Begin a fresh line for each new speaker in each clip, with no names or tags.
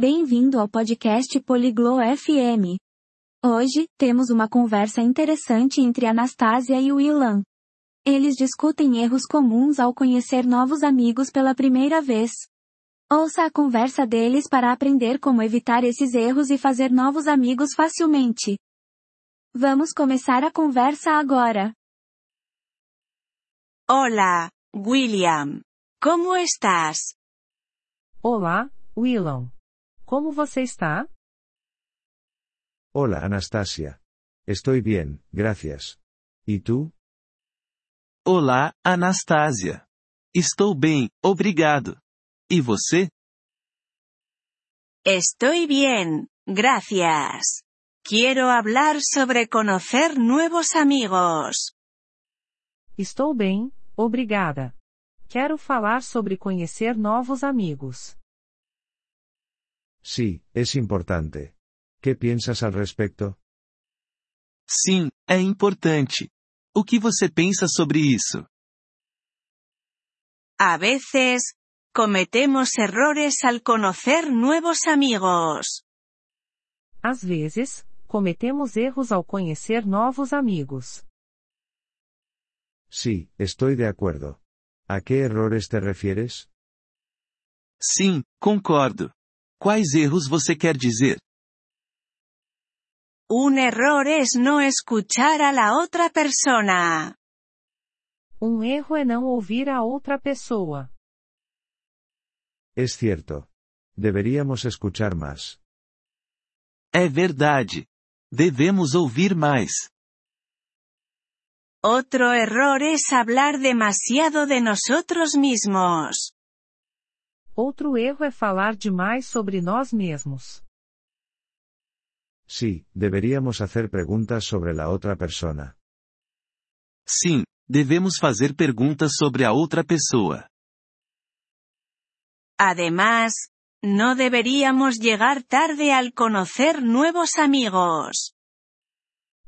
Bem-vindo ao podcast Poliglo FM. Hoje, temos uma conversa interessante entre Anastasia e Willan. Eles discutem erros comuns ao conhecer novos amigos pela primeira vez. Ouça a conversa deles para aprender como evitar esses erros e fazer novos amigos facilmente. Vamos começar a conversa agora.
Hola, William. ¿Cómo estás?
Olá, Willon. Como você está?
Hola Anastasia. Estoy bien, gracias. ¿Y tú?
Olá, Anastasia. Estou bem, obrigado. E você?
Estoy bien, gracias. Quiero hablar sobre conocer nuevos amigos.
Estou bem, obrigada. Quero falar sobre conhecer novos amigos.
Sí, es importante. ¿Qué piensas al respecto?
Sim, é importante. O que você pensa sobre isso?
A veces, cometemos errores al conocer nuevos amigos.
Às vezes, cometemos erros ao conhecer novos amigos.
Sí, estoy de acuerdo. ¿A qué errores te refieres?
Sim, concordo. Quais erros você quer dizer?
Un error es no escuchar a la otra persona.
Um erro é não ouvir a outra pessoa.
Es cierto. Deberíamos escuchar más.
É verdade. Devemos ouvir mais.
Otro error es hablar demasiado de nosotros mismos.
Outro erro é falar demais sobre nós mesmos.
Sí, deberíamos hacer preguntas sobre la otra persona.
Sim, devemos fazer perguntas sobre a outra pessoa.
Además, no deberíamos llegar tarde al conocer nuevos amigos.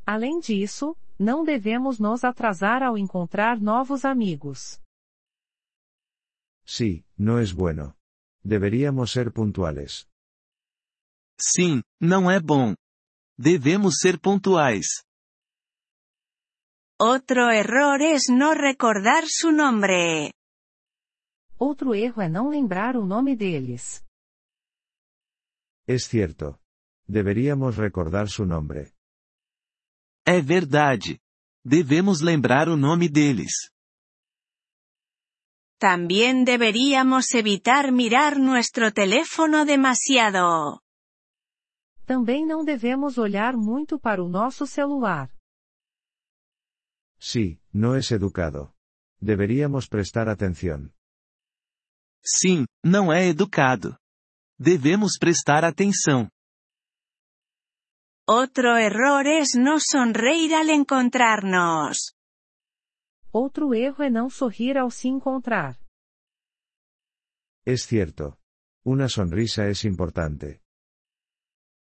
Além disso, não devemos nos atrasar ao encontrar novos amigos.
Sí, no es bueno. Deberíamos ser puntuales.
Sim, não é bom. Devemos ser pontuais.
Otro error es no recordar su nombre.
Outro erro é não lembrar o nome deles.
Es cierto. Deberíamos recordar su nombre.
É verdade. Devemos lembrar o nome deles.
También deberíamos evitar mirar nuestro teléfono demasiado.
Também não devemos olhar muito para o nosso celular.
Sí, no es educado. Deberíamos prestar atención.
Sim, não é educado. Devemos prestar atenção.
Otro error es no sonreír al encontrarnos.
Outro erro é não sorrir ao se encontrar.
Es cierto. Una sonrisa es importante.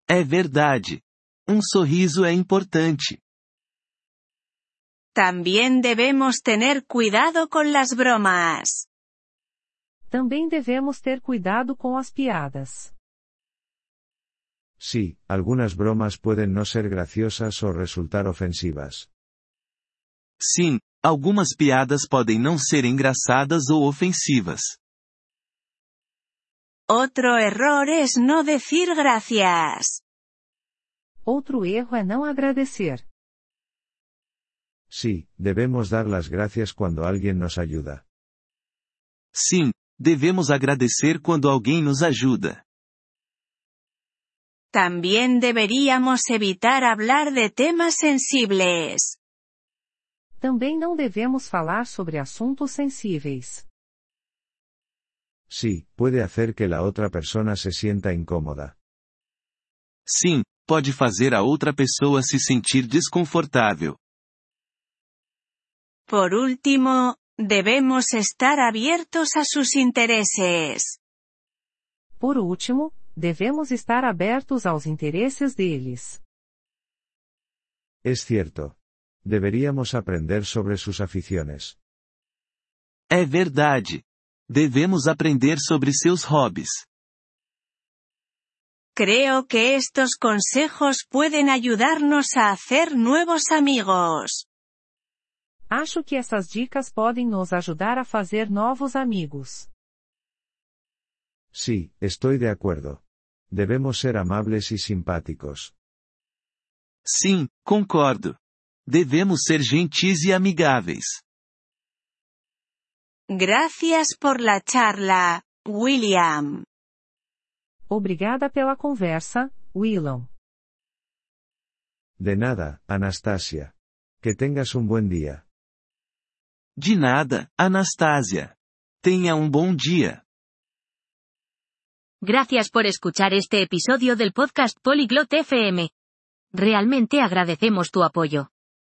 É verdade. Um sorriso é importante.
También debemos tener cuidado con las bromas.
Também devemos ter cuidado com as piadas.
Sí, algunas bromas pueden no ser graciosas o resultar ofensivas.
Sim, algumas piadas podem não ser engraçadas ou ofensivas.
Otro error es no decir gracias.
Outro erro é não agradecer.
Sí, debemos dar las gracias cuando alguien nos ayuda.
Sim, devemos agradecer quando alguém nos ajuda.
También deberíamos evitar hablar de temas sensibles.
Também não devemos falar sobre assuntos sensíveis.
Sí, puede hacer que la otra persona se sienta incómoda.
Sim, pode fazer a outra pessoa se sentir desconfortável.
Por último, debemos estar abiertos a sus intereses.
Por último, devemos estar abertos aos interesses deles.
Es cierto. Deberíamos aprender sobre sus aficiones.
É verdade. Devemos aprender sobre seus hobbies.
Creo que estos consejos pueden ayudarnos a hacer nuevos amigos.
Acho que essas dicas podem nos ajudar a fazer novos amigos.
Sí, estoy de acuerdo. Debemos ser amables y simpáticos.
Sim, concordo. Devemos ser gentis e amigáveis.
Gracias por la charla, William.
Obrigada pela conversa, Willam.
De nada, Anastasia. Que tengas un buen día.
De nada, Anastasia. Tenha um bom dia.
Gracias por escuchar este episodio del podcast Polyglot FM. Realmente agradecemos tu apoyo.